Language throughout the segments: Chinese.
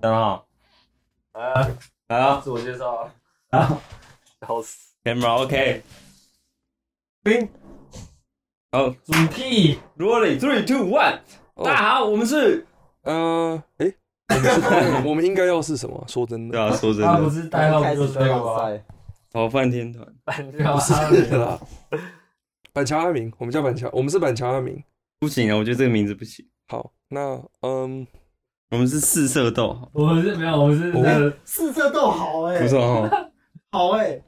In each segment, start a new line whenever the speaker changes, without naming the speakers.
大家好，
来啊，
来啊，
自我介绍啊，
好
笑死！
，camera OK，
冰，
好，
主屁，
rolling three two one，
哦
大家好，我们是，
嗯，诶，我们是我们应该要是什么啊？ 说真
对
的，
啊，说真
他不
的，
是代号
开
就
始
是
对
那个
抗
吗？
赛，
逃犯天团，
板桥
啊
不
阿
是
明，
啦。 板桥阿明，我们叫板桥，我们是板桥阿明。
不行啊，我觉得这个名字不行，
好，那嗯，
我们是四色豆，
我们是没有，我们是
我
那
哦
个
四色豆好哎、
不错哦，
好哎、欸，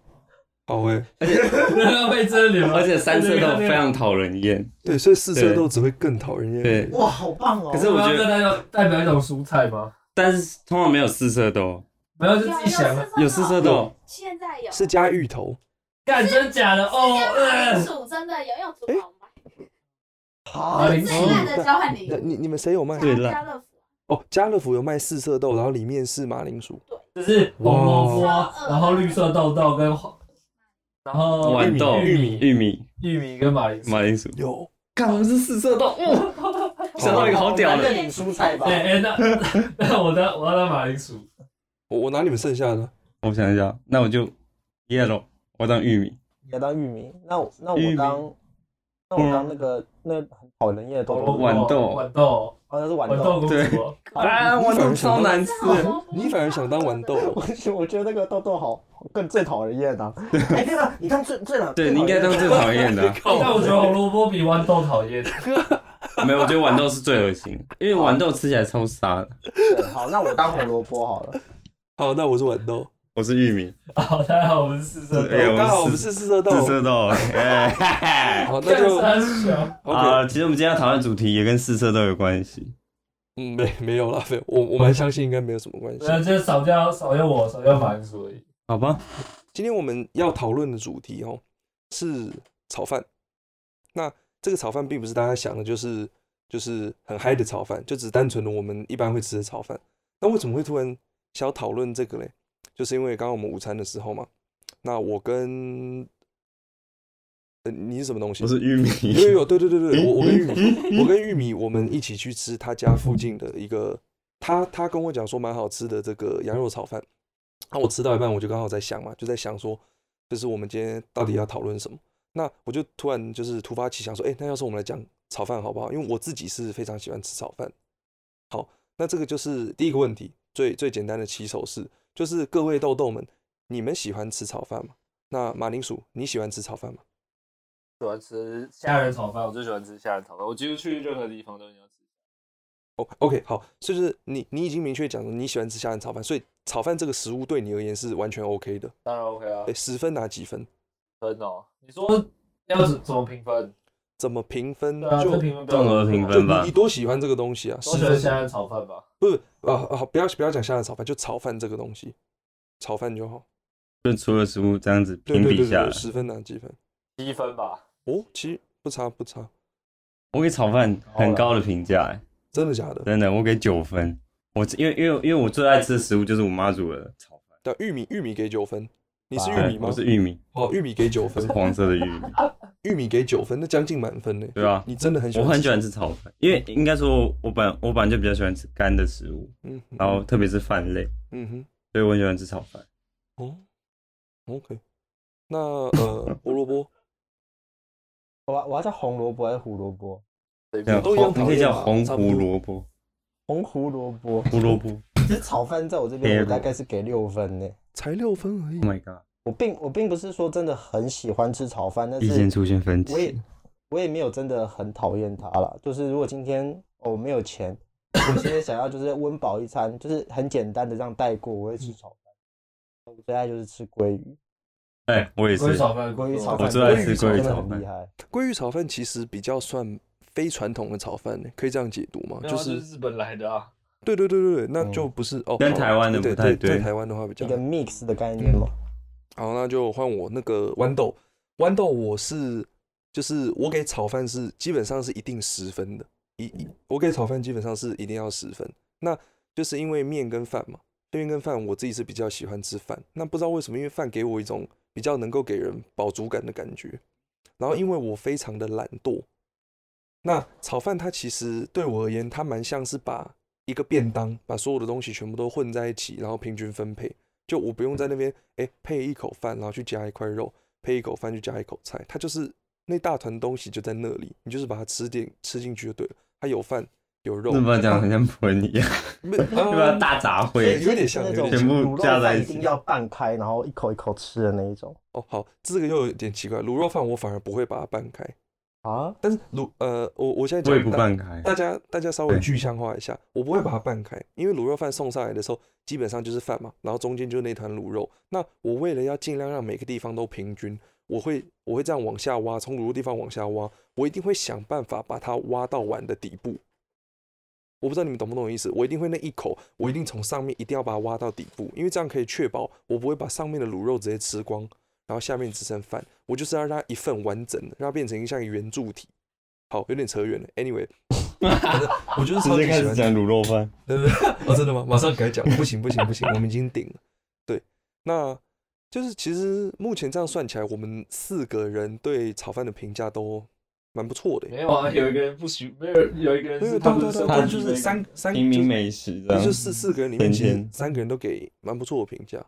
好诶，
那 个被遮流，
而且三色豆非常讨人厌，
对，所以四色豆只会更讨人厌。
对，
哇，好棒哦！
可是
这
我
我
觉
觉
得，
得代表代表一种蔬菜吗？
但是通常没有四色豆，
没有，就
有
自己想啊。
有四色豆，
现在有
哦是加芋头，
干真假的哦，呃
煮真的有用煮好吗？
好
哎
最
哦
烂的交换礼
那
物，
你你们谁有卖？
对
家乐福
哦，家乐福有卖四色豆，然后里面是马铃薯。
就是红萝卜
哦
哇，
然后绿色豆豆跟黄，然后
豌豆、
玉米、
玉米、
玉米跟马铃薯。
马铃薯，
有，
看我们是四色豆，
嗯
哇，想到一个好屌的，
领蔬菜吧
哎，哎，那 那我的我要当马铃薯，
我我拿你们剩下的。
我想一下，那我就 yellow，我当玉米，
你要当玉米，那我那
玉米嗯
我当，那我当那个那很讨人厌的豆
红
豆，
萝
豌豆
卜
哦，
豌豆，
那是
豌
豌豆。
豆公主。哦
啊，豌豆超难吃
这，好多
你反而想当豌豆，
我觉我觉得那个豆豆好更最讨人厌的、啊。 哎、对了，你当最最讨
对你应该当最讨厌的啊。
但我觉得红萝卜比豌豆讨厌。
啊没有，我觉得豌豆是最恶心的，因为豌豆吃起来超沙的。
厌。 好，那我当红萝卜好了。
好，那我是豌豆。哦
我是玉米，
好，大家好，我们是四色豆。
哎我们是
刚好我们是四色豆。
四色豆。哎哈哈
好，那就
干三小
OK。
啊，其实我们今天要讨论主题也跟四色豆有关系。
嗯，没没有啦，没有，我我蛮相信应该没有什么关系
对。啊，就是少掉少掉我，少掉马铃薯而已。
好吧，
今天我们要讨论的主题哦是炒饭。那这个炒饭并不是大家想的，就是就是很嗨的炒饭，就只是单纯的我们一般会吃的炒饭。那为什么会突然想要讨论这个嘞？就是因为刚刚我们午餐的时候嘛，那我跟呃你是什么东西？
我是玉米。
有有有，对对对对，我我跟玉米，我跟玉米，我们一起去吃他家附近的一个，他他跟我讲说蛮好吃的这个羊肉炒饭，那我吃到一半我就刚好在想嘛，就在想说，就是我们今天到底要讨论什么？那我就突然就是突发奇想说，哎，那要是我们来讲炒饭好不好？因为我自己是非常喜欢吃炒饭。好，那这个就是第一个问题，最最简单的起手式，就是各位豆豆们，你们喜欢吃炒饭吗？那马铃薯，你喜欢吃炒饭吗？
喜欢吃虾仁炒饭，我最喜欢吃虾仁炒饭。我几乎去任何地方都一定要吃。
哦，OK，好，所以就是你你已经明确讲了你喜欢吃虾仁炒饭，所以炒饭这个食物对你而言是完全 OK 的。
当然 OK 啊
哎，，十分拿几分？
分哦。你说要怎怎么评分？
怎么评分？
对啊，
就
这
就
评分
综合评分吧
你你，多喜欢这个东西啊？
我
十
喜欢
分
虾仁炒饭吧。
不是啊啊，好不要不要讲虾仁炒饭，就炒饭这个东西，炒饭就好。
就除了食物这样子
对
评
对
比
对
下来
对，，十分拿几分？
七分吧，
哦，其实不差不差，
我给炒饭很高的评价，哎
真的假的？
真的，我给九分。我因为因为因为我最爱吃的食物就是我妈煮的炒饭。
但玉米玉米给九分，你是玉
对
米吗
我？哎是玉米，
哦，玉米给九
我
分
是，黄色的玉米，
玉米给九分，那将近满分呢。
对啊。
你真的很喜
我
欢，
很喜欢，吃炒饭，因为应该说，我本我本来就比较喜欢吃干的食物，
嗯，
然后特别是饭类，
嗯哼。
所以我很喜欢吃炒饭。
哦，OK，那呃，胡萝卜
我要我要叫红萝卜还是胡萝卜？
随
这样
便
都一样
红
讨
你可以
厌
叫
吧
红
差不
胡
多
萝卜，
红胡萝卜。
胡萝卜。
其实炒饭在我这
黑
边，
萝
我
卜
大概是给六分呢、
才六分而已
Oh，my god！
我并我并不是说真的很喜欢吃炒饭，但
意见
是
出现分
我也
歧。
我也没有真的很讨厌它啦。就是如果今天哦我没有钱， 我今天想要就是温饱一餐，就是很简单的这样带过，我会吃
嗯
炒饭。我最爱就是吃鲑鱼，
哎、我也是
鲑鱼。炒饭，嗯啊
鲑鱼炒
我
饭，
最爱吃鲑鱼
真的
炒
很
饭
厉害。
鲑鱼炒饭其实比较算非传统的炒饭呢，可以这样解读吗？
没有
就
啊就是
是
日本来的啊。
对对对对对，那
嗯
就不是哦，
跟
好
台湾的
对
不太
对，在
对
台湾的话比较
一个 mix 的概念嘛，
好，那就换我那个豌豆，豌豆我是就是我给炒饭是基本上是一定十分的，一一我给炒饭基本上是一定要十分，那就是因为面跟饭嘛，面跟饭我自己是比较喜欢吃饭，那不知道为什么，因为饭给我一种比较能够给人饱足感的感觉，然后因为我非常的懒惰，那炒饭它其实对我而言，它蛮像是把一个便当，把所有的东西全部都混在一起，然后平均分配。就我不用在那边哎配一口饭，然后去加一块肉，配一口饭去加一口菜，它就是那大团东西就在那里，你就是把它吃进吃进去就对了。它有饭有肉，
那么
就
讲很像盆 一样，
没
要不要
啊
大杂
所以
烩？
有点
是
像
那
有
种
点
像全部
卤肉
加在
饭
一
一
起
定要拌开，然后一口一口吃的那一种
哦好，这个又有点奇怪。卤肉饭我反而不会把它拌开，
啊。
但是卤呃我我现在
我
讲
也不
大
拌开，
大家大家稍微
对
具象化一下，我不会把它拌开，因为卤肉饭送上来的时候，基本上就是饭嘛，然后中间就是那团卤肉。那我为了要尽量让每个地方都平均，我会我会这样往下挖，从卤肉地方往下挖，我一定会想办法把它挖到碗的底部。我不知道你们懂不懂意思，我一定会那一口，我一定从上面一定要把它挖到底部，因为这样可以确保我不会把上面的卤肉直接吃光，然后下面只剩饭。我就是要让它一份完整的，让它变成一像一个圆柱体。好，有点扯远了。Anyway，反正我就是超级喜欢吃
卤肉饭，
对不对？哦，真的吗？马上改讲，不行不行不行，我们已经顶了。对，那就是其实目前这样算起来，我们四个人对炒饭的评价都蛮不错的耶。
没有啊，有一个人不许，没有有一个人
对
是
对
他
对
们
对
是
对，
他
但
们
就是三三
平
就
民
是
美食这
那就
样。
四四个人里面，其实
啊天
三个人都给蛮不错的评价。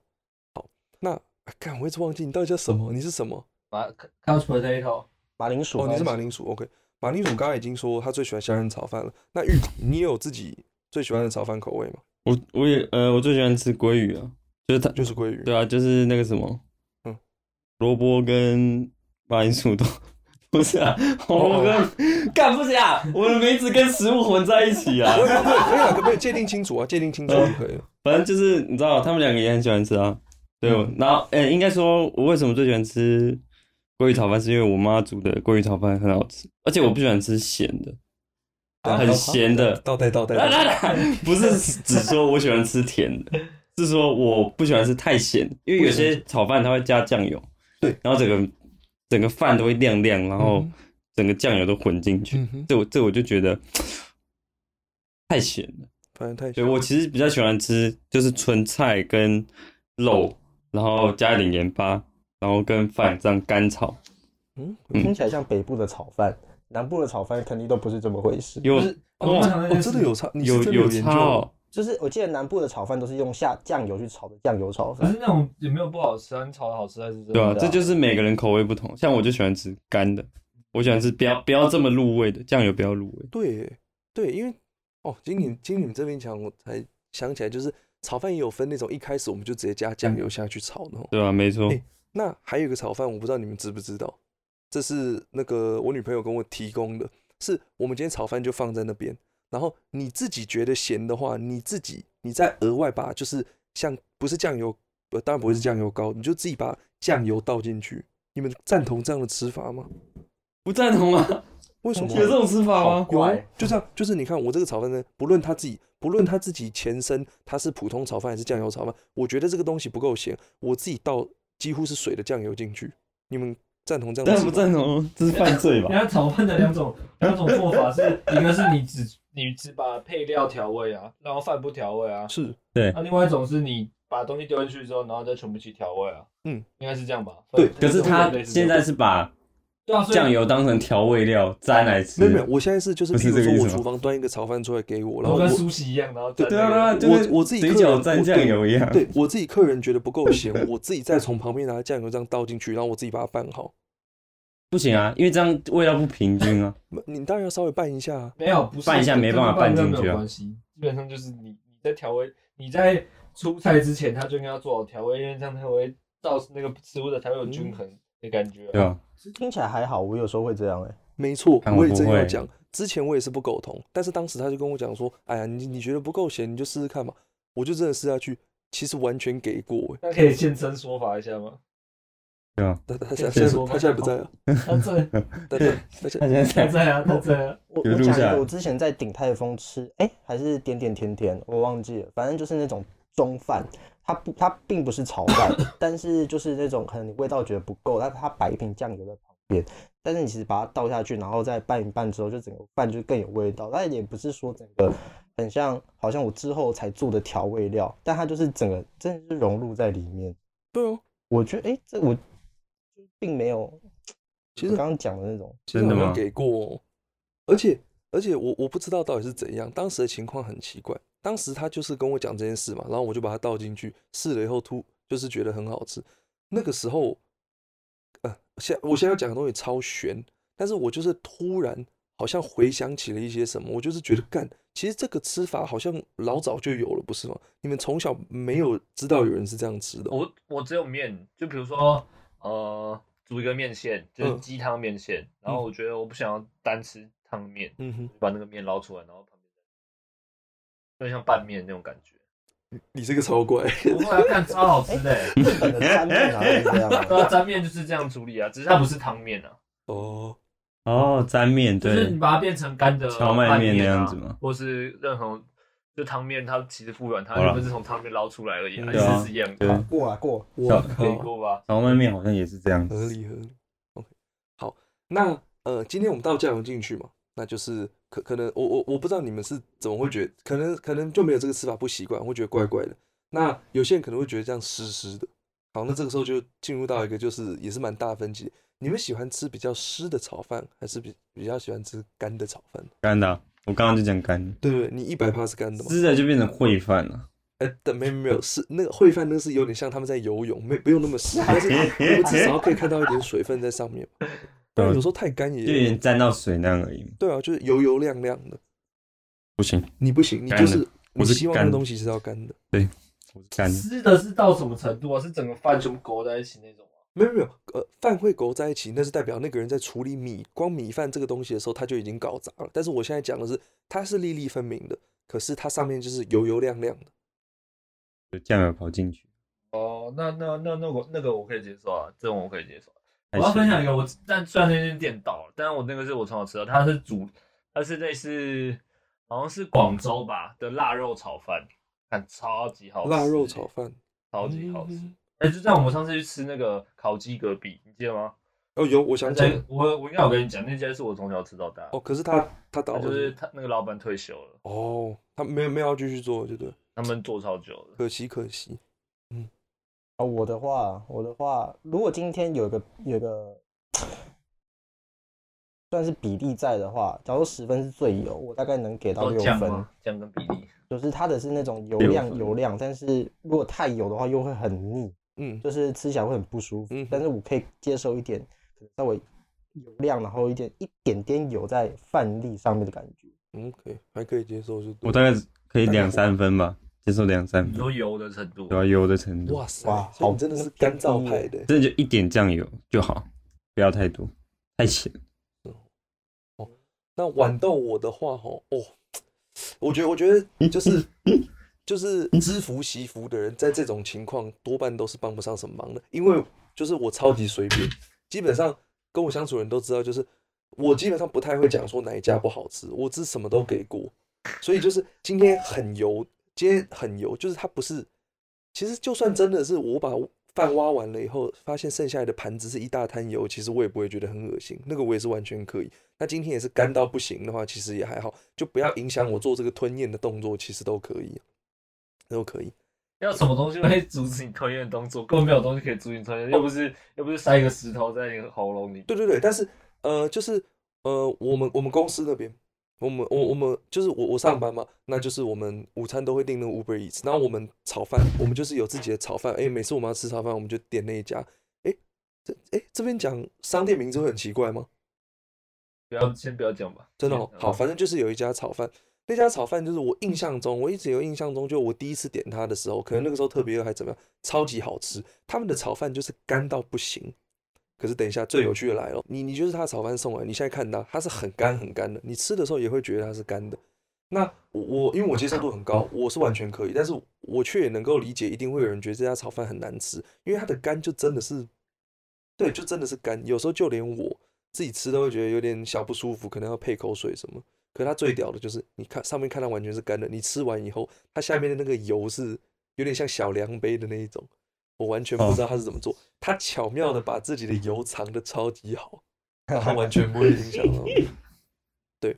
好，那啊干，我一直忘记你到底叫什么？你是什么？
马 couch potato，
马铃薯
啊
哦，你是
吗
马铃薯，OK。马铃薯刚刚已经说他最喜欢虾仁炒饭了。那玉，你有自己最喜欢的炒饭口味吗？
我我也呃，我最喜欢吃鲑鱼啊，就是它，
就是鲑鱼。
对啊，就是那个什么，
嗯，
萝卜跟马铃薯都 不是啊， 红萝卜跟干不是啊，我的名字跟食物混在一起啊
可，以可以啊，可不可以界定清楚啊？界定清楚就可以了。
反正就是你知道，他们两个也很喜欢吃啊。对，
嗯
我然后诶、应该说我为什么最喜欢吃鲑鱼炒饭，是因为我妈煮的鲑鱼炒饭很好吃，而且我不喜欢吃咸 的，
啊
啊很咸的。
倒带倒带。倒带
不是只说我喜欢吃甜 的，是说我不喜欢吃太咸，因为有些炒饭它会加酱油，
对，
然后整个整个饭都会亮亮，然后
嗯
整个酱油都混进去，
嗯哼，
这我这我就觉得太咸了。
反正太
所以我其实比较喜欢吃就是纯菜跟肉，然后加一点盐巴，然后跟
啊
饭这样干炒，
嗯，
听起来像北部的炒饭，南部的炒饭肯定都不是这么回事。
有
哦，
哇
哦真的有差，你是
有
真的
有
研
差
究
哦，
就是我记得南部的炒饭都是用下酱油去炒的酱油炒
可
饭，
是那种也没有不好吃啊，你炒的好吃还是真的。
对啊，这就是每个人口味不同，像我就喜欢吃干的，我喜欢吃不要不要这么入味的酱油，不要入味。
对耶对，因为哦，经理经理你这边讲，我才想起来，就是炒饭也有分那种一开始我们就直接加酱油下去炒的哦。
对啊，没错，
哎那还有一个炒饭，我不知道你们知不知道，这是那个我女朋友跟我提供的，是我们今天炒饭就放在那边，然后你自己觉得咸的话，你自己你再额外把就是像不是酱油，呃，当然不会是酱油膏，你就自己把酱油倒进去。你们赞同这样的吃法吗？
不赞同吗？
为什么
有这种吃法吗？
有啊
怪，
就这样，就是你看我这个炒饭呢，不论他自己，不论他自己前身他是普通炒饭还是酱油炒饭，我觉得这个东西不够咸，我自己倒几乎是水的酱油进去。你们赞同这样
当
的哦
然不
吃法？
赞同，这是犯罪吧
人？家炒饭的两种两种做法是，一个是你只你只把配料调味啊，然后饭不调 味啊，
是，
那、另外一种是你把东西丢进去之后，然后再全部去调味啊。
嗯，
应该是这样吧？
对
可是他
类似这
现
样
在是把
对啊，所以
酱油当成调味料沾来吃，
没有没有，我现在是就是，
不
比
是
如
这
说
个意
我
思吗
厨房端一个炒饭出来给我，
然
然后
后跟
我
苏西一样，然后
对
蘸
对啊，对
那
啊，
个
就是
我我自己
嘴
客人
角
我
沾酱油一样。
对我自己客人觉得不够咸，我自己再从旁边拿酱油这样倒进去，然后我自己把它拌好。
不行啊，因为这样味道不平均啊。
你当然要稍微拌一下啊。
没有不是
拌一下没办法拌进去啊
跟没有关系，基本上就是你你在调味，你在出菜之前，他就应该要做好调味，因为这样才会造成那个食物的才会有均衡的感觉、啊
对吧？
听起来还好。我有时候会这样哎、
没错，
看我
我也
不
真要
会
讲。之前我也是不苟同，但是当时他就跟我讲说：“哎呀，你你觉得不够咸，你就试试看嘛。”我就真的试下去，其实完全给过。
那可以现身说法一下吗？
对吧？
他他现在
先
他
说吧
他现在不在了，
他在
他他他 现
他
在
现在
他在啊，他在啊。
我
有
我
录
讲
下
一
来
个，我之前在鼎泰丰吃，哎、还是点点甜甜，我忘记了，反正就是那种中饭，它不它并不是炒饭，但是就是那种可能你味道觉得不够，但它摆一瓶酱油在旁边，但是你其实把它倒下去，然后再拌一拌之后，就整个饭就更有味道。但也不是说整个很像，好像我之后才做的调味料，但它就是整个真的是融入在里面。
对哦，
我觉得，哎、这我并没有
其
我
实
刚刚讲的那种，
其实
真的
好像
吗
给过哦，而且而且我我不知道到底是怎样，当时的情况很奇怪。当时他就是跟我讲这件事嘛，然后我就把它倒进去试了以后突就是觉得很好吃。那个时候，呃，现我现在要讲的东西超悬，但是我就是突然好像回想起了一些什么，我就是觉得干，其实这个吃法好像老早就有了，不是吗？你们从小没有知道有人是这样吃的哦，
我我只有面，就比如说呃，煮一个面线，就是
嗯
鸡汤面线，然后我觉得我不想要单吃汤面，
嗯哼，
就把那个面捞出来，然后旁边就像拌面那种感觉。
你这个超怪，
不会啊，看超好吃的 欸，
日本的沾面哪里这样
对
哎
啊？
啊，沾面就是这样处理啊，只是它不是汤面啊，
哦，
哦，沾面
就是你
对，
把它变成干的
荞麦面
拌
那
啊
样子吗？
或是任何就汤面，它其实不软，它
好啦
原本是从汤面捞出来而已啊，意
对啊
思是一样
对
的，
过啊过，
我
小
可以
靠。
过吧？
荞麦面好像也是这样
合理合理。OK，好，那呃，今天我们到酱油进去嘛，那就是可可能我我我不知道你们是怎么会觉得，可能可能就没有这个吃法不习惯，会觉得怪怪的。那有些人可能会觉得这样湿湿的。好，那这个时候就进入到一个就是也是蛮大分歧，你们喜欢吃比较湿的炒饭，还是比比较喜欢吃干的炒饭？
干的啊、我刚刚就讲干的，
对不对？你一百趴是干的吗？
吃的就变成烩饭了。
哎，但没有没有，是那个烩饭，那个是有点像他们在游泳，没不用那么湿，但是我们至少可以看到一点水分在上面嘛。但有时候太干也
就啊有点沾到水那样而已嘛。
对啊，就是油油亮亮的。
不行，
你不行，你
干
就
的
是你
我是
希望
干
那
的
东西是要干的。
我是干的。
湿的是到什么程度啊？是整个饭全部勾在一起那种吗？
没有没有，呃，饭会勾在一起，那是代表那个人在处理米，光米饭这个东西的时候，他就已经搞砸了。但是我现在讲的是，它是粒粒分明的，可是它上面就是油油亮亮的。
有酱油跑进去，
哦，那那那那我那个我可以接受啊，这种我可以接受。
还
我要
行
分享一个，我但虽然那间店倒了，但是我那个是我从小吃的，它是煮，它是类似好像是广州吧的腊肉炒饭，看超级好吃，
腊肉炒，饭，
超级好吃
嗯。
哎、就像我们上次去吃那个烤鸡隔壁，你记得吗？
哦，有，我想起来
对
了，，
我我应该有跟你讲，那家是我从小吃到大，
哦，可是他他倒
他
了，
就是他那个老板退休了，
哦，他没有没有要继续做，就对了，
他们做超久了。
可惜可惜。
哦，我的话，我的话，如果今天有一个有一个算是比例在的话，假如十分是最油，我大概能给到
都
六
酱
分。
吗？酱跟比例，
就是它的是那种油
六
量
分
油量，但是如果太油的话又会很腻，
嗯，
就是吃起来会很不舒服。
嗯
但是我可以接受一点，可能稍微油量，然后一点一点点油在饭粒上面的感觉。
嗯，可以，还可以接受，就对
我
了。
大概可以两三分吧，接受两三
你
分，
说油的程度
主，要油的程度，
哇塞，
哇
所以
好
你真的是
偏
干燥
低
派
哦
耶
的。欸
真的就一点酱油就好，不要太多，太咸。
那豌豆我的话吼，哦，我觉得，我觉得就是就是知福惜福的人，在这种情况多半都是帮不上什么忙的，因为就是我超级随便，基本上跟我相处的人都知道，就是我基本上不太会讲说哪一家不好吃，我只什么都给过，所以就是今天很油，今天很油，就是它不是，其实就算真的是我把饭挖完了以后，发现剩下来的盘子是一大滩油，其实我也不会觉得很恶心，那个我也是完全可以。那今天也是干到不行的话，其实也还好，就不要影响我做这个吞咽的动作，其实都可以，都可以。
要什么东西会阻止你吞咽的动作？根本没有东西可以阻止你
哦
吞咽，又不是又不是塞一个石头在你的喉咙里。
对对对，但是呃，就是呃，我们我们公司那边，我们我我们就是我我上班嘛，那就是我们午餐都会订那个 Uber Eats，然后我们炒饭，我们就是有自己的炒饭，哎，每次我们要吃炒饭，我们就点那一家。哎，这哎这边讲商店名字会很奇怪吗？
不要先不要讲吧，
真的、哦、
嗯
好，反正就是有一家炒饭，那家炒饭就是我印象中，我一直有印象中，就我第一次点它的时候，可能那个时候特别饿还怎么样，超级好吃。他们的炒饭就是干到不行。可是等一下，最有趣的来了，你你就是他的炒饭送来，你现在看它，它是很干很干的，你吃的时候也会觉得它是干的。那我我因为我接受度很高，我是完全可以，但是我却也能够理解，一定会有人觉得这家炒饭很难吃，因为它的干就真的是，对，就真的是干。有时候就连我自己吃都会觉得有点小不舒服，可能要配口水什么。可它最屌的就是，你看上面看它完全是干的，你吃完以后，它
啊
下面的那个油是有点像小量杯的那一种，我完全不
啊
知道它是怎么做，它巧妙的把自己的油藏的超级 好，
啊
然后 完全不会影响到我。对，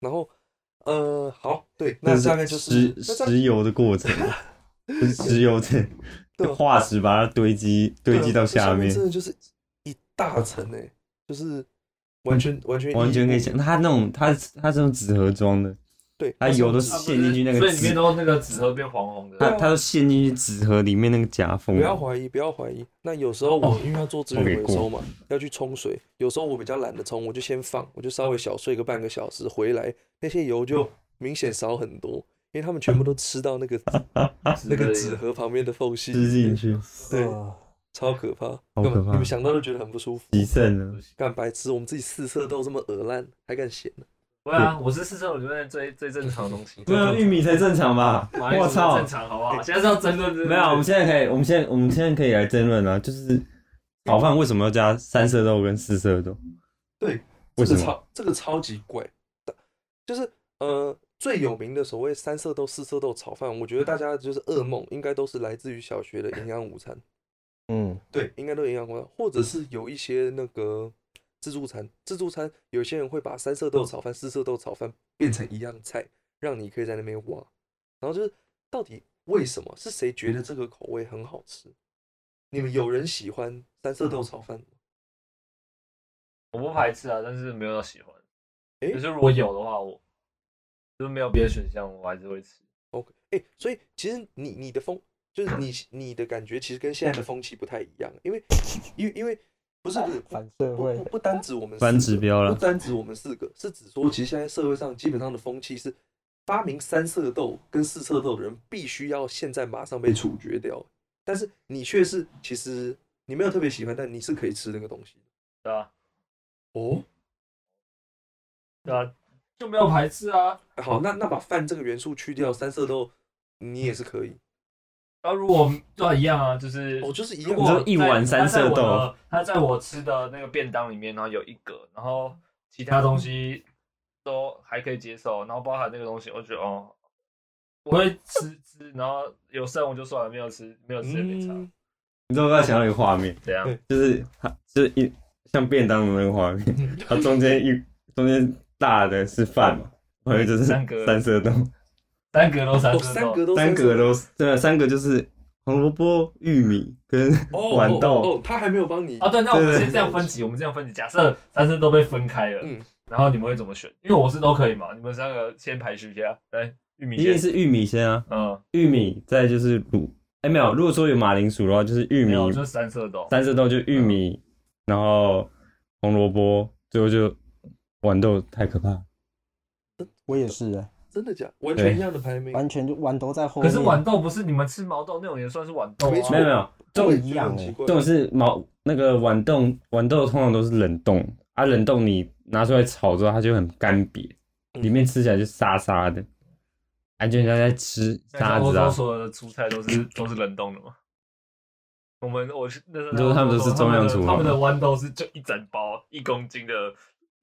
然后呃，好，对，那大概就是
石
那这样
石油的过程，就是石油的
对啊
化石把它堆积堆
对啊
积到
这
下面，
欸真的就是一大层哎、就是完全完全
完全可以想，
想，
它那种它它这种纸盒装的，
对，
它油都
是
啊不是
陷进去那个
所以里面
纸，
都那个纸盒变黄 红
它
的。
它都陷进去纸盒里面那个夹缝
不。要怀疑，不要怀疑。那有时候我因为要做资源
嗯哦我给
回
过
收嘛，要去冲水，有时候我比较懒得冲，我就先放，我就稍微小睡个半个小时，回来那些油
嗯
就明显少很多，因为他们全部都吃到 那个那个纸盒旁边的缝隙，
吃进去，
对，
呃
超可怕，
哦好
根本
可怕
你们想到都觉得很不舒服。
极盛啊了。
干白痴，我们自己四色豆这么恶烂，还敢嫌？
对啊，我是四舍五入里面最最正常的东西。
对啊，玉米才正常吧？
马铃
我
薯
操
正！常好不好？现在是要争论这个
没有，我们现在可以，我们现在我们现在可以来争论啊，就是炒饭为什么要加三色豆跟四色豆？
对，
为什
这个
么？
超这个超级怪，就是呃最有名的所谓三色豆、四色豆炒饭，我觉得大家就是噩梦，应该都是来自于小学的营养 午餐，
嗯，
对，应该都营养午餐，或者是有一些那个自助餐，自助餐有些人会把三色
嗯
豆炒饭、四色豆炒饭变成一样菜，让你可以在那边挖，然后就是到底为什么是谁觉得这个口味很好吃？你们有人喜欢三
嗯
色豆炒饭吗？
我不排斥啊，但是没有到喜欢。
诶
就是如果有的话，我就是没有别的选项，我还是会吃。
OK，哎、所以其实你你的风就是你你的感觉，其实跟现在的风气不太一样，因为因为因为不是不是
反社
不
会
不不单指我们
反
四
指
个
标啦
不单指我们四个，是指说其实现在社会上基本上的风气是发明三色豆跟四色豆的人必须要现在马上被处决掉，但是你却是其实你没有特别喜欢，但你是可以吃那个东西的
对啊，
哦。
对啊，就没有排斥啊。
好，那那把饭这个元素去掉，三色豆你也是可以，
然后如果对啊一样啊，就是
哦，就是一
如
样
你
果
说一碗
在
三色豆，
它在我的它在我吃的那个便当里面，然后有一个，然后其他东西都还可以接受，然后包含那个东西，我觉得哦，我会吃吃，然后有剩我就算了，没有吃没有吃也没差，
嗯
你知道我刚才想到一个画面，
怎样？
就是它就是一像便当的那个画 面，它中间一中间大的是饭嘛，还有就是
三个
三色豆，
三格都三
哦，
色
三
豆
格都
三
色
个都是对啊，三个就是红萝卜、玉米跟
哦，
豌
哦
豆，
哦，他还没有帮你
啊，对，那我们
对
先这样分级，我们这样分级，假设三色都被分开了，
嗯
然后你们会怎么选？因为我是都可以嘛，你们三个先排序一下，来，玉米
一定
先，
是玉米先啊，
嗯，
玉米，再就是卤，哎没有，如果说有马铃薯的话，就是玉
没
米、
有，就是三色豆，
三色豆就玉米，然后红萝卜，最后就豌豆，太可怕了。
我也是欸，
真的假？完全一样的排名，
完全就豌豆在后
可
面。
是豌豆不是你们吃毛豆那种也算是豌豆
哦没
啊
错
没有没有，这
不
种
一样
奇
哎，
怪
这。种是毛那个豌豆，豌豆通常都是冷冻啊，冷冻你拿出来炒之后，它就很干瘪，
嗯
里面吃起来就沙沙的，感觉人家在吃沙
欧
子
洲
啊。
所有的蔬菜都是都是冷冻的嘛。我们我是那时候
你说他们都是中央厨
他
房
们的豌豆是就一整包一公斤的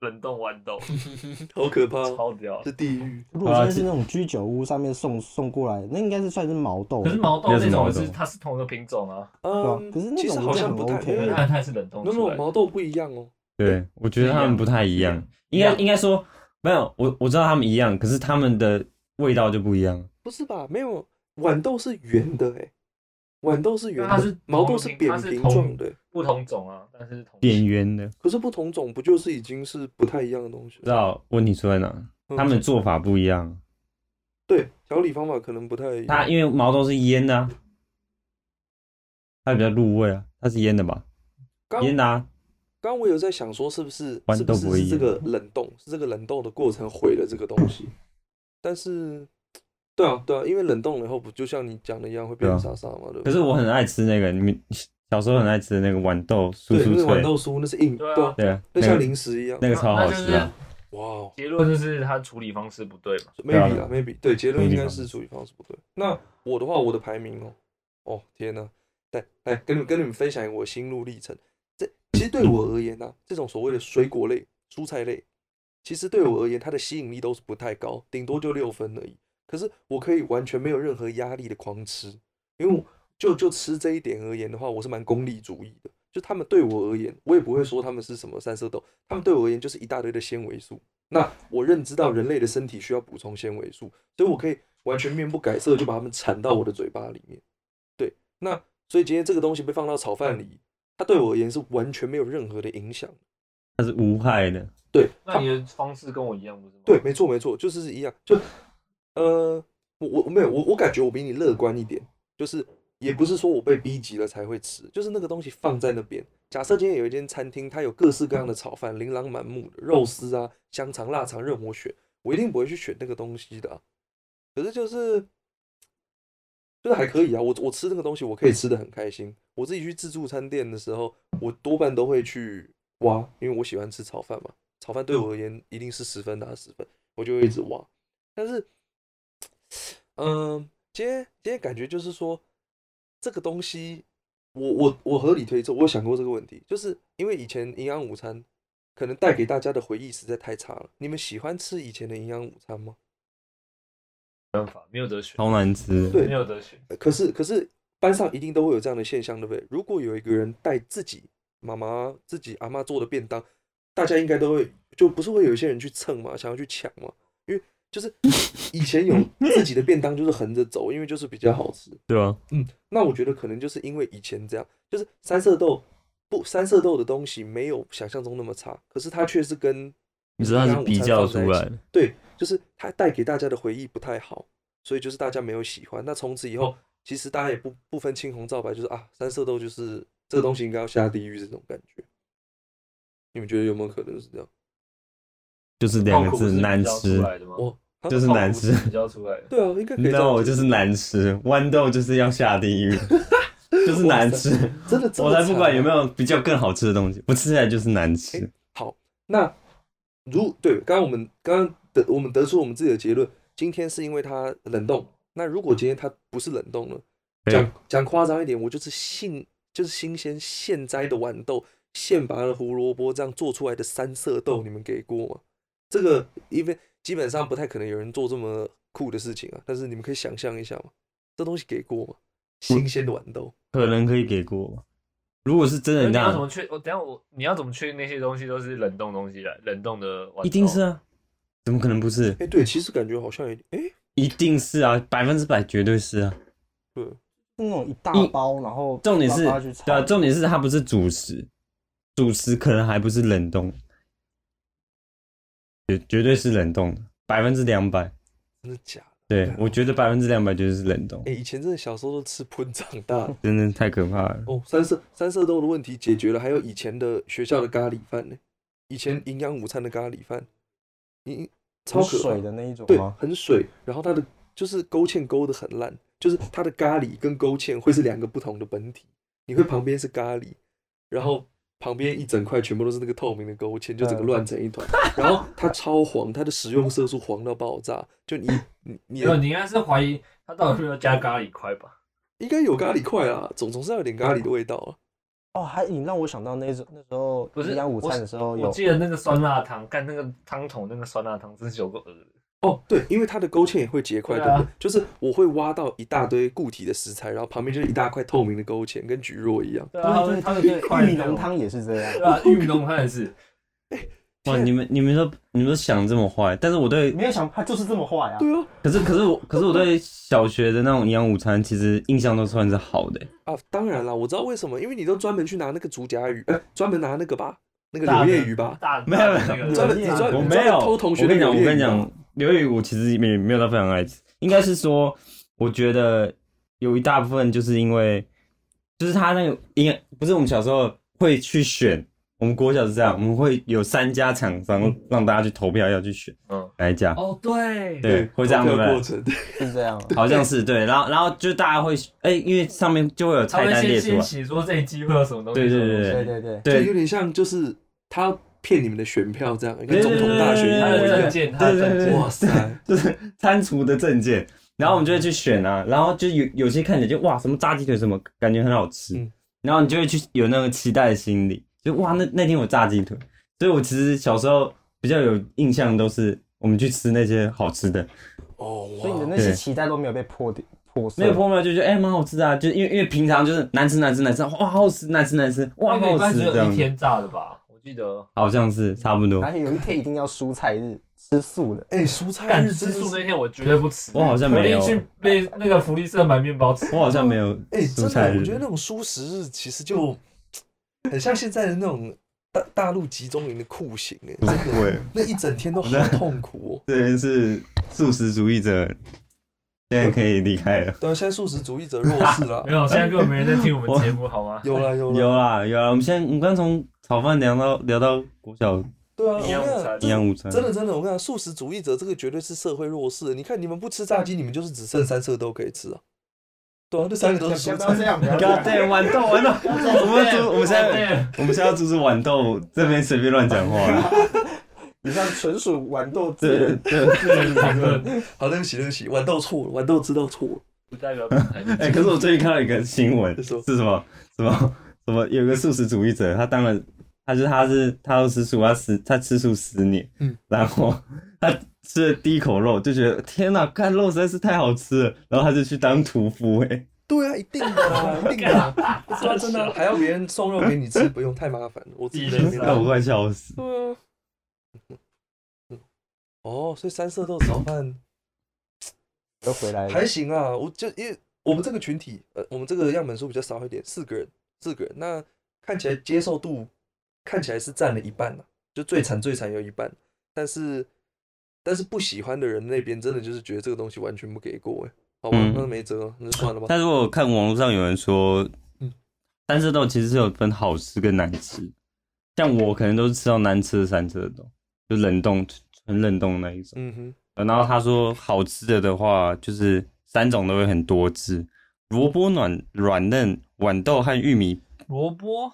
冷冻豌豆，
好可怕，
超屌
是。地狱。
如果真
啊
的是那种居酒屋上面送送过来，那应该是算是毛豆
可。是毛豆
那是
那种
毛
是
豆
它是同一个品种啊，
嗯，
可是那种
其实好像不太，
我觉
因
因
得
为
很
为
OK
它它也是冷冻
嗯那
出
种
来的。
毛豆不一样哦。
对，我觉得他们不太一样，应该
一样
应该说没有，我我知道他们一样，可是他们的味道就不一样。
不是吧？没有，豌豆是圆的哎，豌豆是圆的，
它是同
毛豆是扁平状的欸，
不同种啊，但是同
扁圆的，
可是不同种不就是已经是不太一样的东西
不知
了？
道问题出在哪，啊
嗯
他们做法不一样。
对调理方法可能不太一
它
样。
因为毛豆是腌的、啊，它比较入味啊，它是腌的吧？
刚
腌的啊，
刚刚我有在想说，是不是
豌
是
豆
不是
不
是
一
这
样
个冷冻，是这个冷冻的过程毁了这个东西？但是，对啊，对啊，因为冷冻了以后，不就像你讲的一样，会变成
对啊
沙沙嘛？对不对
可是我很爱吃那个，你们小时候很爱吃的那个豌豆酥
对，那
酥
是豌
脆，
豆酥，那是硬，
对啊
对啊，
对啊，
那
那
像
个
零食一样。
那个超好吃啊！
哇哦
结论就是它处理方式不对嘛。
，maybe
对啊
啦，maybe，对，结论应该
处理方
是
式
处理方式不对。那我的话，我的排名哦，哦天呐，来来跟你们跟你们分享一个我心路历程。这其实对我而言呢、这种所谓的水果类、蔬菜类，其实对我而言它的吸引力都是不太高，顶多就六分而已。可是我可以完全没有任何压力的狂吃，因为我就就吃这一点而言的话，我是蛮功利主义的。就他们对我而言，我也不会说他们是什么三色豆，他们对我而言就是一大堆的纤维素。那我认知到人类的身体需要补充纤维素，所以我可以完全面不改色就把它们铲到我的嘴巴里面。对，那所以今天这个东西被放到炒饭里，它对我而言是完全没有任何的影响。
它是无害的，
对，
那你的方式跟我一样，不是吗？
对，没错没错，就是一样，就呃，我我我没有我我感觉我比你乐观一点，就是也不是说我被逼急了才会吃，就是那个东西放在那边。假设今天有一间餐厅，它有各式各样的炒饭，琳琅满目的肉丝啊、香肠、腊肠任我选，我一定不会去选那个东西的啊、可是就是就是还可以啊，我我吃那个东西，我可以吃的很开心。我自己去自助餐店的时候，我多半都会去挖，因为我喜欢吃炒饭嘛。炒饭对我而言一定是十分打十分，我就会一直挖。但是，嗯、今天今天感觉就是说，这个东西，我我我合理推测，我有想过这个问题，就是因为以前营养午餐可能带给大家的回忆实在太差了。你们喜欢吃以前的营养午餐吗？
没办法，没有得选，
超难吃的。
对
没有得选。
呃可是可是班上一定都会有这样的现象，对不对？如果有一个人带自己妈妈、自己阿妈做的便当，大家应该都会就不是会有一些人去蹭嘛，想要去抢嘛，因为就是 以前有自己的便当就是横着走，因为就是比较好吃。
对啊，
嗯，那我觉得可能就是因为以前这样，就是三色豆不三色豆的东西没有想象中那么差，可是它却是跟
你知道它
营
是
养午
比
餐
较
放在一
出
起
来的，
对，就是它带给大家的回忆不太好，所以就是大家没有喜欢。那从此以后，
哦
其实大家也不不分青红皂白，就是啊，三色豆就是这
嗯
个东西应该要下地狱这种感觉。你们觉得有没有可能是这样？
就是两个
痛苦是
字
比较
难
出
吃，
来的吗？
我啊
就是难吃
痛苦是比较出来的。
对啊，应该可以这样
no
讲
就是难吃，豌豆就是要下地 狱，就是难吃。
真的这
我
么
才不管
惨
有没
啊
有比较更好吃的东西，我吃起来就是难吃。
好，那如对，刚刚我们刚刚得我们得出我们自己的结论，今天是因为它冷冻。那如果今天它不是冷冻呢？
对
讲讲夸张一点，我就是新就是新鲜现摘的豌豆，现拔的胡萝卜这样做出来的三色豆，你们给过吗？这个因为基本上不太可能有人做这么酷的事情啊，但是你们可以想象一下嘛，这东西给过吗？新鲜的豌豆，
可能可以给过吧。如果是真
那
的
你
那
要怎么
样，
确？我等一下我你要怎么确定那些东西都是冷冻东西来？冷冻的豌豆
一定是啊，怎么可能不是？
哎，对，其实感觉好像有点，哎，
一定是啊，百分之百绝对是啊。
对，
那种一大
一
包，然后
重点
把
是
它去，
对啊，
炒
重点是它不是主食，主食可能还不是冷冻，绝绝对是冷冻的，百分之两百。
真的假的？
对我觉得百分之两百绝对是冷冻
哎、，以前真的小时候都吃 喷长大的
真的太可怕了。
哦。三色三色豆的问题解决了，还有以前的学校的咖喱饭呢，以前营养午餐的咖喱饭，你超
很
可怕
水的那一种
对，
吗？
很水，然后它的就是勾芡勾的很烂，就是它的咖喱跟勾芡会是两个不同的本体，你会旁边是咖喱，然后旁边一整块全部都是那个透明的勾芡，就整个
嗯
乱成一团，然后它超黄，它的食用色素黄到爆炸，就你你你
没有，你应该是怀疑它到底是不是要加咖喱块吧？
应该有咖喱块啦，总总是要有点咖喱的味道啊。
哦，还你让我想到那时候那时候
不是
营养午餐的时候
我
哦有
记得那个酸辣汤，干那个汤桶那个酸辣汤真是有个恶的。
哦，对，因为它的勾芡也会结块，
对
对
啊
不对？就是我会挖到一大堆固体的食材，然后旁边就是一大块透明的勾芡，跟菊若一样。
对啊，
对
它
对
的
对
一块
对，玉米浓汤也是这样
对。啊，玉米浓汤也是。
哇，你们你们都你们都想这么坏，但是我对
没有想，它就是这么坏啊！
对啊，
可是可是我可是我对小学的那种营养午餐其实印象都算是好的、
啊，当然啦，我知道为什么，因为你都专门去拿那个竹夹鱼，哎，专门拿那个吧，那个
大
柳
的
叶鱼吧，
大
没有
大的那
没
个
有
专门你
柳叶鱼
专
我
你
没
专
有，
门偷同学
我
的
跟你讲，
柳
我跟你
叶鱼吧
讲，刘宇我其实也没没有到非常爱吃，应该是说，我觉得有一大部分就是因为，就是他那个应该不是我们小时候会去选，我们国小是这样，我们会有三家厂商让大家去投票要去选
嗯，
哪一家，
哦对，
对，会这样
投
对
票
不对
过？程，
是这样啊，
好像是对，然后然后就大家会，哎、因为上面就会有
他
菜
会
单列
先
出来
先，写说这一季会有什么东西，
对对
什么东西
对
对对对，
就
对
有点像就是他骗你们的选票这样，跟
对
总统大选一
他的
模一
证
样。
件，他的证
对
件，
哇塞，
就是餐厨的证件，然后我们就会去选啊，然后就有有些看起来就哇什么炸鸡腿什么，感觉很好吃，
嗯
然后你就会去有那个期待的心理，就哇那那天我炸鸡腿，所以我其实小时候比较有印象都是我们去吃那些好吃的，
哦
所以你的
哇，
那些期待都没有被破掉破碎。
没有朋友就觉得哎蛮、好吃的啊，就因为因为平常就是难吃难吃难吃，哇好好吃难吃难吃，哇
那个
好
礼拜
好
只
吃这
有一
样子，
天炸的吧？我记得，
好像是差不多
而，且有一天一定要蔬菜日，吃素的。
哎，蔬菜
干
日
吃
真
素
的是，
那天我绝对不吃，
我好像
我
没
一
有
定，去被那个福利社买面包吃。
我好像没有
哎，
蔬
真
菜
的，
日
我觉得那种蔬食日其实就很像现在的那种大大陆集中营的酷刑哎、
不
真的
会，
那一整天都好痛苦哦、
这边是素食主义者，现在可以离开了。
对啊，现在素食主义者弱势了
没，有，现在根本没人在听我们节目，好吗？
有啦有
有
啦，
啦有啦，我们现在我们刚从炒饭聊到聊到国小
对啊，我
营养午餐
营
跟你讲，
养午餐，
真的真的，我跟你讲，素食主义者这个绝对是社会弱势。你看你们不吃炸鸡，你们就是只剩三色豆可以吃啊。对啊，那三个都是蔬
不要这
菜。
样，不要
God
这样。
damn，豌豆豌豆， 我们要阻我们现在
在
我们现在要阻止豌豆这边随便乱讲话了。
以上纯 属豌豆
对
汁。
对，
谈论，
好，对不起对不起，豌豆错了，豌豆知道错了。
不代表本台立场
哎、可是我最近看到一个新闻，
是
是
什么
什么什么什么？有个素食主义者，他当了，他就是他是他要吃素，他十他吃素十年，
嗯，
然后他吃了第一口肉就觉得天哪，看肉实在是太好吃了，然后他就去当屠夫、哎，
对啊，一定的啊，一定的啊，对啊，真的啊还要别人送肉给你吃，不用太麻烦了，我自己
一人
没
是
那
啊
我快笑死。
对啊。哦，所以三色豆炒饭
又回来了
还，行啊，我就因为我们这个群体，呃，我们这个样本数比较少一点，四个人，四个人，那看起来接受度看起来是占了一半了、啊就最惨最惨有一半，但是但是不喜欢的人那边真的就是觉得这个东西完全不给过哎，好吧，
嗯
那没辙，那就 算了吧。
但如果看网络上有人说
嗯，
三色豆其实是有分好吃跟难吃，像我可能都是吃到难吃的三色豆，就冷冻纯冷冻那一种。
嗯哼，
呃然后他说好吃的的话，就是三种都会很多汁：萝卜软软嫩、豌豆和玉米、
萝卜，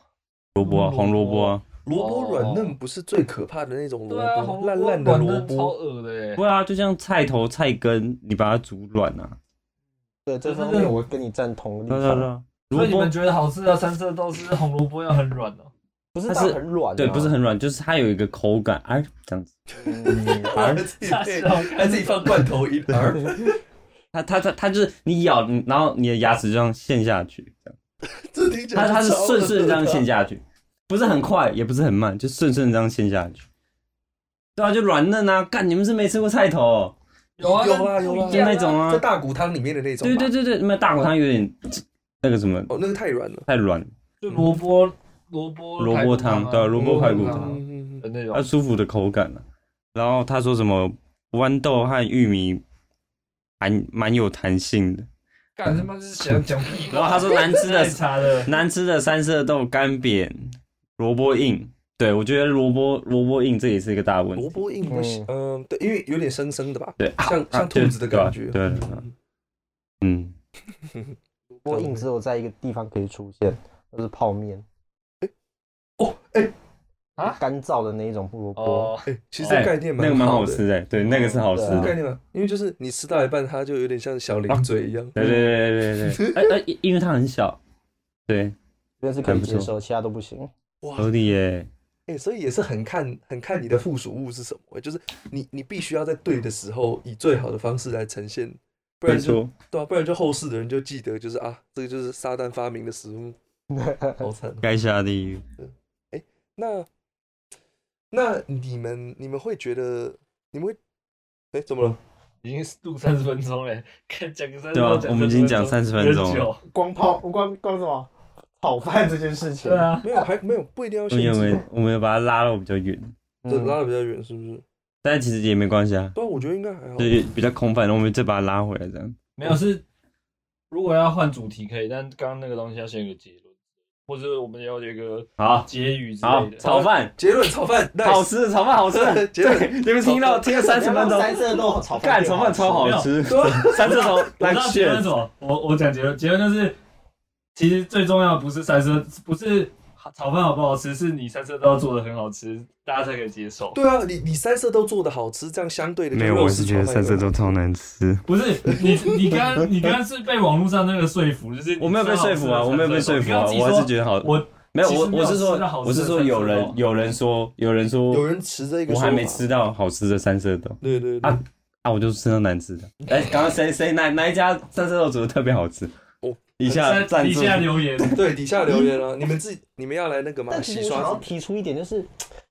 萝
嗯
卜啊、红萝卜啊。
萝卜软嫩不是最可怕的那种萝
哦对啊，
卜，
红
烂烂的
软
萝
嫩超
卜，
恶的耶
不。会啊，就像菜头、菜根，你把它煮软啊。
对这方面我跟你站同立
对对
场，
对，
所
萝
以你
卜
们觉得好吃的三色豆是红萝卜要很软哦，
不是
它
到
是
很软啊，
对，不是很软，就是它有一个口感，哎、这样子。
嗯。
还自己配
吓死我
还自己放罐头一儿，
它它它它就是你咬，你然后你的牙齿就这样陷下去，这样。
这听 起来
它它是
超恶
顺顺这样
的
陷下去， 不是很快，也不是很慢，就顺顺这样陷下去。对啊，就软嫩啊！干，你们是没吃过菜头哦、
有啊
有啊有啊
就那种啊
在大骨汤里面的那种吧，
对对对对，那大骨汤有点那个什么
哦，那个太软了。
太软，
就萝卜萝卜
萝卜汤对啊萝卜排骨汤啊
嗯嗯嗯
的那
它
种，
舒服的口感了、然后他说什么豌豆和玉米还蛮有弹性的，
干他妈是想讲屁 话。
然后他说难吃的
奶茶的，
难吃的三色豆干扁，萝卜硬。对，我觉得萝卜萝卜硬这也是一个大问
萝
题，
卜硬不行，嗯，对，因为有点生生的吧，
对，
像
啊
像兔子的感觉，
对对对啊对嗯，
萝卜硬只有在一个地方可以出现，就是泡面。
哦，哎
啊
干燥的那一种胡萝卜，
哦，
哎，其实这个概念
嗯那个蛮
好
好
的
吃，的，对，那个是好吃
这
的
个，概念嘛，因为就是你吃到一半，它就有点像小零嘴一样，
对对对对对对，哎哎，因为它很小，对，
这个是可以
还不错
接受，其他都不行。
哇，
合理耶，
哎，所以也是很看很看你的附属物是什么， 就是你你必须要在对的时候以最好的方式来呈现，不
没
然就
错，
对啊，不然就后世的人就记得就是啊，这个就是撒旦发明的食物，好惨哦。
该下地狱。
那那你们你们会觉得你们会哎怎么了？
已经录三十分钟嘞，看 讲个三十
对啊
分钟，
我们已经讲30分钟了
有点久。
光泡光光什么炒饭这件事情
对，
嗯
啊，
没有还没有不一定要
因为
先
我
知道
们，我们把它拉的比较远，
这
嗯
拉的比较远是不是？
但其实也没关系啊，
对啊，我觉得应该还好
就。是比较空泛，然后我们再把它拉回来这样。
没有是，如果要换主题可以，但刚刚那个东西要先有个结论，或者我们要有一个
好，
结语之
好
类，的。
炒饭
结论炒饭
好
nice，。
吃，炒饭好吃 对，你们听到听了三十分钟，
三色豆炒
干
饭，
炒饭超好吃，
对啊
三十分钟
我
来
知道结论是什
选。
么？我我讲结论，结论就是，其实最重要的不是三色，不是炒饭好不好吃，是你三色豆做的很好吃，大家才可以接受。
对啊，你你三色都做的好吃，这样相对的就
没有，
肉
我
丝
是觉得
炒饭
三色
有
豆超难吃。
不是你，你刚刚你刚刚是被网络上那个说服，就是
我没有被说服啊，我没有被说服啊，我还是觉得好。
我
没有，我
其实没有
我是说
吃到好，吃
我
的
是说有
三色
人
豆
有人说有人
有
说，
人持这一个
我还没
说法
吃。到好吃的三色豆
对对对，
啊啊，我就吃到难吃的。哎，刚刚谁谁哪哪一家三色豆煮的特别好吃
哦？
以下
在
赞
底
助
下留言，
对底下留言
嗯
啊，你们自己你们要来那个吗？
但其
洗
实我想要
刷
提出一点，就是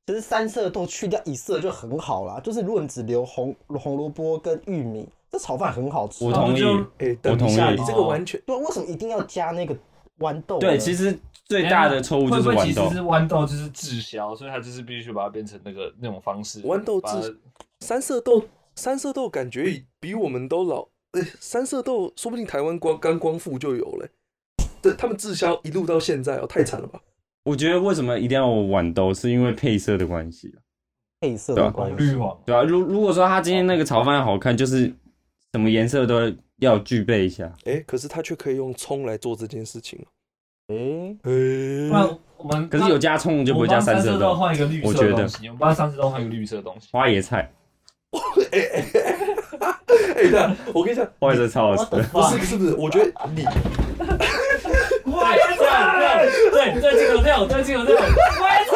其实三色豆去掉一色就很好啦。就是如果你只留红红萝卜跟玉米，这炒饭很好吃
我
啊。
同意，
就
哎，等一
我
下，
同意
哦
你这个完全
对啊，为什么一定要加那个豌豆
对，
了
其实最大的错误就是
哎会不会
豌
其实
豆
是。豌豆就是滞销，所以它就是必须把它变成那个那种方式。
豌豆
把
滞
它
三色
哦
豆，三色豆感
嗯
觉比我们都老。哎，三色豆说不定台湾光刚光复就有了、这他们滞销一路到现在哦，太惨了吧？
我觉得为什么一定要有豌豆，是因为配色的关系啊。
嗯
配色
对
的
啊
关系，
滤网，
对啊，如如果说他今天那个炒饭好看，就是什么颜色都要具备一下。
哎，可是他却可以用葱来做这件事情哦。
诶，
不
哎，
然我们
可是有加葱就不
我
会
们
加
帮
三
三
色
豆
豆、
换一个绿
我
色
觉
的
得
东西，我们帮三色豆换一个绿色的东西。
花椰菜，
哎，那我跟你讲，
花椰菜超好吃的。
不是不是不是，我觉得你哎
快菜，对对，这个料，对这个料，快菜。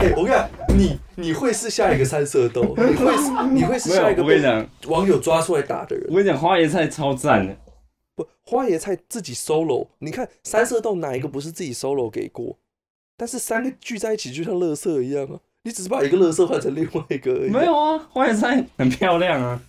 哎、我跟你讲，你你会是下一个三色 豆，你会是你会是
没
下一
有，
个
我跟你
被
讲，
网友抓出来打的人
我。跟你讲，花椰菜超赞的。
不，花椰菜自己 solo，你看三色豆哪一个不是自己 solo 给过？但是三个聚在一起就像乐色一样啊，你只是把一个乐色换成另外一个而已。
没，有啊，花椰菜很漂亮啊。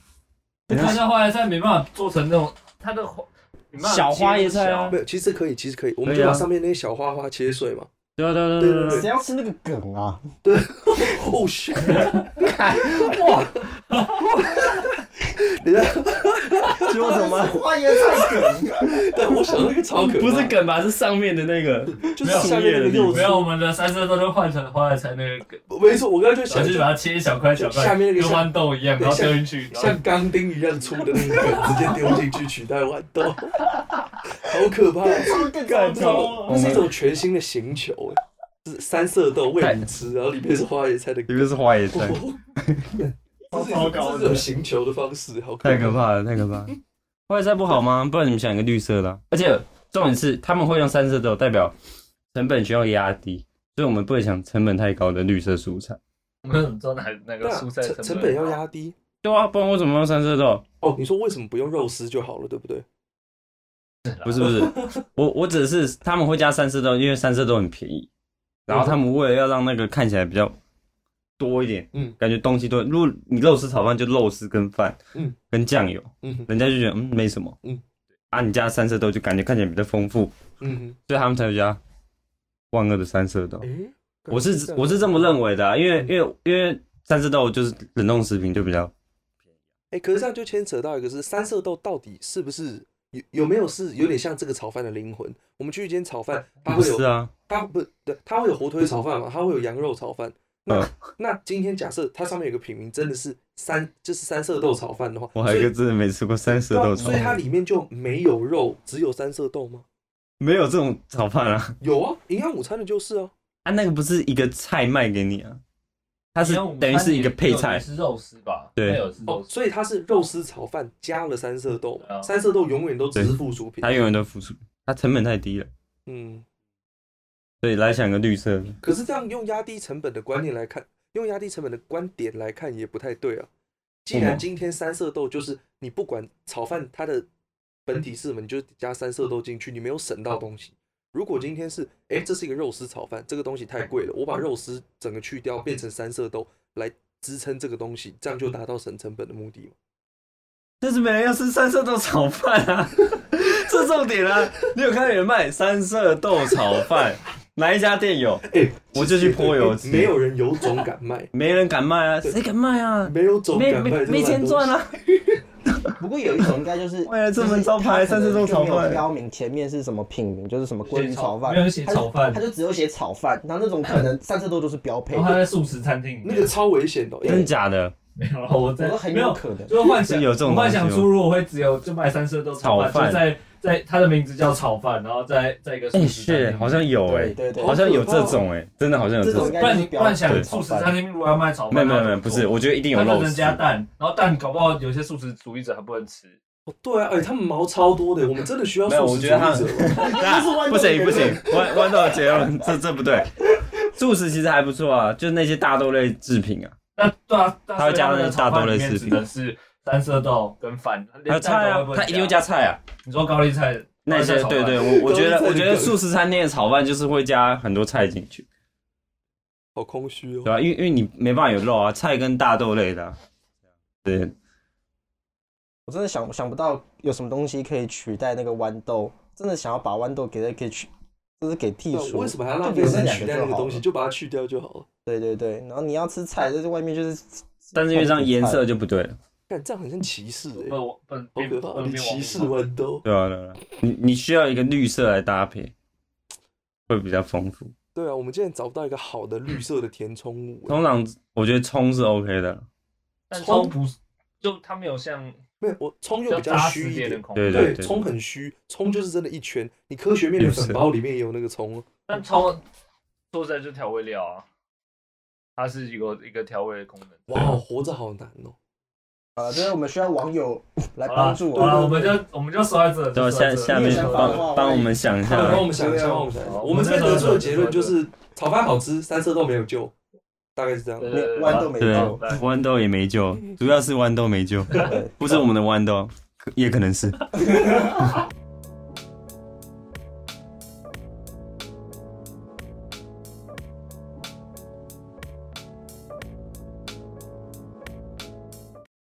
看到花椰菜没办法做成那种它的花，没办法
小花
切
椰菜啊
小
没有，其实可以，其实可以，我们
可以
就
啊
把上面那些小花花切碎嘛。
对啊，对啊，对啊对啊
谁要吃那个梗啊？
哦，shit
就什么花椰菜 梗？
但我想到那个超可怕，
不是梗吧？是上面的那个。
就是下面那个柚
没
子，
有，我们的三色豆就换成了花椰菜那个，
没错，我刚刚就
然
想
后就是把它切一小块小块，
下面那个
跟
像
豌豆一样，然后丢进去，然后
像钢钉一样粗的那个梗，直接丢进去取代豌豆， 好可怕！
干
这种这是一种全新的行球，哎是三色豆喂你吃，然后里面是花椰菜的
里
梗，
面是花椰菜，
这是
超高
这
的
是一种行球的方式，好
太可
怕。
怕了，太可怕了。花椰菜不好吗？不然你们想一个绿色的啊、而且重点是他们会用三色豆，代表成本需要压低，所以我们不会想成本太高的绿色蔬菜。
我们怎么知道哪哪个
那
蔬菜
成成
本
本要？压低
对啊，不然为什么要三色豆？
哦。你说为什么不用肉丝就好了，对不对？
不是不 是，我我只是他们会加三色豆，因为三色豆很便宜，然后他们为了要让那个看起来比较多一点，
嗯
感觉东西多。如果你肉丝炒饭就肉丝跟饭，
嗯，
跟酱油，
嗯哼
人家就觉得嗯没什么，
嗯，
啊你加三色豆就感觉看起来比较丰富，
嗯
所以他们才会加万恶的三色豆
哼，。诶，
我
感觉
是
样
我是这么认为的、啊，因为
嗯
因为因为三色豆就是冷冻食品就比较
哎、可是这样就牵扯到一个是三色豆到底是不是有有没有是有点像这个炒饭的灵魂？我们去一间炒饭，它
不
会有
是啊，
它不对，它会有火腿炒饭嘛，它会有羊肉炒饭。那、
嗯
那今天假设它上面有个品名真的是三，就是三色豆炒饭的话，
我还
所以
真的没吃过三色
对啊
豆炒
所以它
饭，
里面就没有肉，只有三色豆吗？
没有这种炒饭啊。
有啊，营养午餐的就是啊。
啊，那个不是一个菜卖给你啊，它是
因为我们
等于是一个配
它
菜，
也是肉丝吧？
对
它有是
哦
肉，丝。
所以它是肉丝炒饭加了三色豆嘛，
对啊
三色豆永远都只是附属品
它。永远都付出，它成本太低了，
嗯，
所以来想个绿色的，
可是这样用压低成本的观
啊
念来看，用压低成本的观点来看也不太对啊。既
为什
然
么
今天三色豆就是你不管炒饭它的本体是什么，你就加三色豆进去，你没有省到东西。如果今天是哎、诶这是一个肉丝炒饭，这个东西太贵了，我把肉丝整个去掉，变成三色豆来支撑这个东西，这样就达到省成本的目的嘛。
但是没人要吃三色豆炒饭啊，这重点啊！你有看到有人卖三色豆炒饭，哪一家店有？
哎、
我就去泼油漆
没有人有种敢卖，
没人敢卖啊，谁敢卖啊？
没有种
没
敢卖
没
这
没
种
钱
东
赚
西。
啊！
不过有一种应该就是
为了这份招牌
就是他可能
三色豆炒饭
就没有标明前面是什么品名，就是什么鲑鱼哦炒饭，
没有写炒饭
他就只有写炒饭，然后那种 可能三色豆就是标配
哦
然，后他在素食餐厅里
那
面
个超危险的、因
真
为
假的？
没 有，我
我
在
都很
没
有
有，
可能。
就幻 想
有这种
我幻
东
想
西
出如果会只有就卖三色豆
炒饭
就在在它的名字叫炒饭，然后在在一个素
哎，
食餐
是
厅，
好像有哎
对，对对，
好像有这种哎，真的好像有这
哦这
种
种应，该
不然
就
你
是
不
标
然
配
想
炒
素食
饭
餐厅如果要卖炒饭，
没有没有没有，不是，，我觉得一定有
它
肉
只能
丝，
加蛋，然后蛋搞不好有些素食主义者还不能吃，
哦对啊，哎、他们毛超多的，我们真的需要
没有
素食主义
我觉得他
者吗？
那不行不行，豌豌豆的结论这这不对。素食其实还不错啊，就是那些大豆类制品啊，
那对啊，
它会加
那所以他们
那些大豆
的炒饭
类
里面
食
只
品
能是三色豆跟饭，
还有
连
菜
蛋
啊
都，
它一定会加菜啊。
你说高丽菜
那些对，对，
高丽菜炒饭
我我觉得
都是这个
我觉得素食餐厅的炒饭就是会加很多菜进去，
好空虚哦
对。吧、因为因为你没办法有肉啊，菜跟大豆类的啊、对，
我真的想想不到有什么东西可以取代那个豌豆真的想要把豌豆给它给去，就是给剔
对啊
除，
为什么还要
就
浪
比
费
如
时
说
间
两
取代那
就
个
好
东
了
西？就把它去掉就好了。
对对对，然后你要吃菜，在外面就是，
但是因为这样颜色就不对了，
看这样很像歧视哎、
本我本
好可
变
怕！
本
你
变
歧
王
视豌豆？
对啊，对啊，对啊你你需要一个绿色来搭配，会比较丰富。
对啊，我们竟然找不到一个好的绿色的填充物欸、
通常我觉得葱是 OK 的，
但
葱
葱不是，就它没有像
没有，我葱又
要
比较
扎实
虚一
点的
点。
孔，
对
对，
对
葱很虚，葱就是真的一圈。你科学面的粉包里面也有那个葱哦，
但葱说实在就调味料啊，它是一个一个调味的功能。
哇，活着好难哦。
啊，就是我们需要网友来
好
帮
了
助，我啊
好了，我
们。
们就我们就说到这，
就
说到
下
这
下
你
面
有想法的话
帮帮
我
我
也
们想一下
好，帮我们想一下，帮我们想一下。我们这边得出的结论就是，炒饭好吃，三色豆没有救，大概是这样。
对
没
对对
豌豆没
对
有
好，来
豌豆也没救，主要是豌豆没救，不是我们的豌豆，可也可能是。